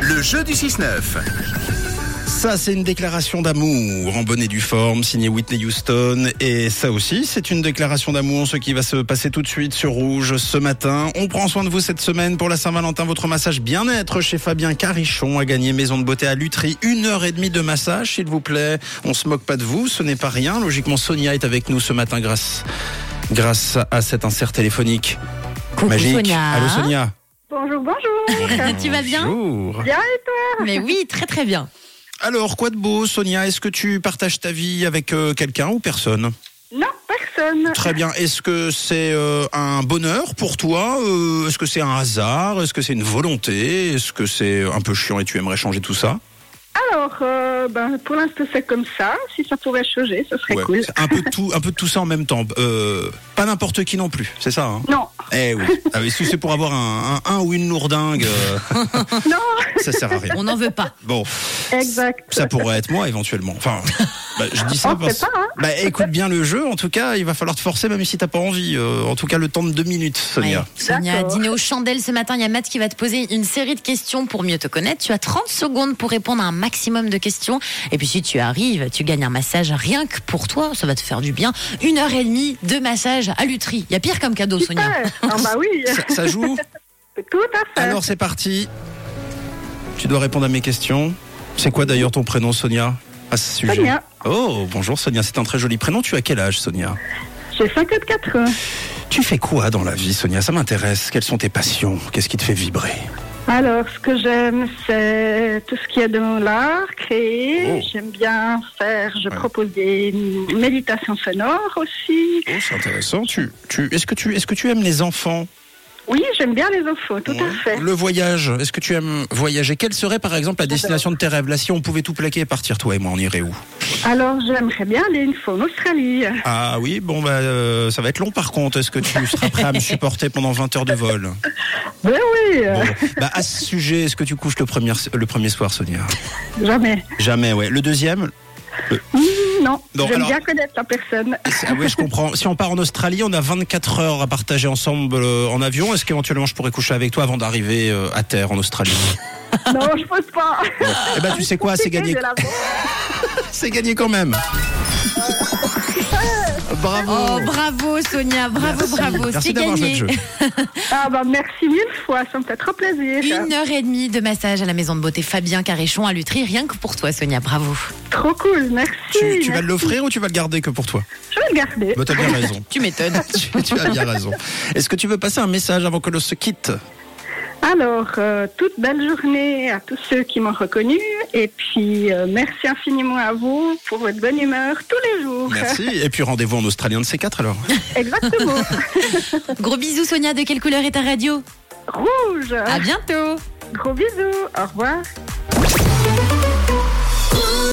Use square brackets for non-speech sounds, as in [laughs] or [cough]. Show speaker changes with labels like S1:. S1: Le jeu du 6-9.
S2: Ça, c'est une déclaration d'amour en bonne et due forme, signée Whitney Houston. Et ça aussi, c'est une déclaration d'amour, ce qui va se passer tout de suite sur Rouge ce matin. On prend soin de vous cette semaine pour la Saint-Valentin. Votre massage bien-être chez Fabien Carichon a gagné Maison de Beauté à Lutry. Une heure et demie de massage, s'il vous plaît. On se moque pas de vous, ce n'est pas rien. Logiquement, Sonia est avec nous ce matin grâce, grâce à cet insert téléphonique.
S3: Coucou,
S2: Magique.
S3: Sonia.
S2: Allô, Sonia. [laughs]
S4: Bonjour, bonjour.
S3: Tu vas bien
S2: Bonjour.
S4: Bien et toi
S3: Mais oui, très très bien.
S2: Alors, quoi de beau, Sonia Est-ce que tu partages ta vie avec euh, quelqu'un ou personne
S4: Non, personne.
S2: Très bien. Est-ce que c'est euh, un bonheur pour toi Euh, Est-ce que c'est un hasard Est-ce que c'est une volonté Est-ce que c'est un peu chiant et tu aimerais changer tout ça
S4: Alors, euh, ben, pour l'instant, c'est comme ça. Si ça pouvait changer, ce serait
S2: Ouais.
S4: cool.
S2: Un peu de tout, un peu de tout ça en même temps. Euh, pas n'importe qui non plus, c'est ça. Hein [laughs]
S4: Non,
S2: eh oui. Ah oui, si c'est pour avoir un, un, un ou une lourdingue, euh,
S4: non,
S2: ça sert à rien.
S3: On n'en veut pas.
S2: Bon,
S4: exact.
S2: ça pourrait être moi éventuellement. Enfin, bah, je dis ça
S4: On
S2: parce
S4: sait pas, hein.
S2: Bah, écoute bien le jeu. En tout cas, il va falloir te forcer, même si t'as pas envie. Euh, en tout cas, le temps de deux minutes, Sonia.
S3: Ouais. Sonia a
S4: D'accord.
S3: dîné aux chandelles ce matin. Il y a Matt qui va te poser une série de questions pour mieux te connaître. Tu as 30 secondes pour répondre à un maximum de questions. Et puis si tu arrives, tu gagnes un massage rien que pour toi. Ça va te faire du bien. Une heure et demie de massage à l'utri. Il y a pire comme cadeau, Sonia.
S4: Ouais. Ah bah
S2: [laughs]
S4: oui,
S2: Ça- ça joue.
S4: [laughs] tout à fait.
S2: Alors c'est parti. Tu dois répondre à mes questions. C'est quoi d'ailleurs ton prénom Sonia à ce sujet
S4: Sonia.
S2: Oh, bonjour Sonia, c'est un très joli prénom. Tu as quel âge Sonia
S4: J'ai 54 ans.
S2: Tu fais quoi dans la vie Sonia Ça m'intéresse. Quelles sont tes passions Qu'est-ce qui te fait vibrer
S4: Alors, ce que j'aime, c'est tout ce qui est dans l'art, créer.
S2: Oh.
S4: J'aime bien faire, je
S2: Ouais.
S4: propose des méditations sonores aussi.
S2: Oh, c'est intéressant. Tu, tu, est-ce que tu, est-ce que tu aimes les enfants
S4: Oui, j'aime bien les infos, tout à fait.
S2: Le voyage. Est-ce que tu aimes voyager Quelle serait par exemple la destination de tes rêves Là, si on pouvait tout plaquer et partir, toi et moi, on irait où
S4: Alors, j'aimerais bien aller une fois en Australie.
S2: Ah oui, bon bah euh, ça va être long par contre. Est-ce que tu seras prêt à me supporter pendant 20 heures de vol
S4: Ben oui, euh,
S2: Bon, bah, à ce sujet, est-ce que tu couches le premier, le premier soir, Sonia
S4: jamais.
S2: Jamais, ouais. Le deuxième
S4: Non,
S2: Non,
S4: j'aime
S2: alors-
S4: bien connaître la personne.
S2: Ah ouais, je comprends. Si on part en Australie, on a 24 heures à partager ensemble euh, en avion. Est-ce qu'éventuellement je pourrais coucher avec toi avant d'arriver euh, à terre en Australie
S4: Non, je pense pas.
S2: Eh ben, tu sais quoi, [laughs] c'est gagné,
S4: Je la vois.
S2: c'est gagné quand même.
S3: Oh,
S2: Bravo.
S3: bravo, Sonia. Oh, Bravo, bravo.
S2: Merci
S3: C'est
S2: d'avoir joué
S3: gagné.
S2: le jeu.
S4: Ah bah merci mille fois, ça me fait trop plaisir.
S3: Une heure et demie de massage à la maison de beauté Fabien Carréchon à Lutry, rien que pour toi, Sonia. Bravo.
S4: Trop cool, merci.
S2: Tu, tu vas
S4: merci.
S2: l'offrir ou tu vas le garder que pour toi
S4: Je vais le garder.
S2: bah, T'as bien raison.
S3: [laughs] Tu m'étonnes.
S2: [laughs] Tu, tu as bien raison. Est-ce que tu veux passer un message avant que l'on se quitte
S4: Alors, euh, toute belle journée à tous ceux qui m'ont reconnu. Et puis, euh, merci infiniment à vous pour votre bonne humeur tous les jours.
S2: Merci. Et puis rendez-vous en Australie, un de ces quatre alors.
S4: [laughs] Exactement.
S3: Gros bisous, Sonia. De quelle couleur est ta radio
S4: Rouge.
S3: À bientôt.
S4: Gros bisous. Au revoir.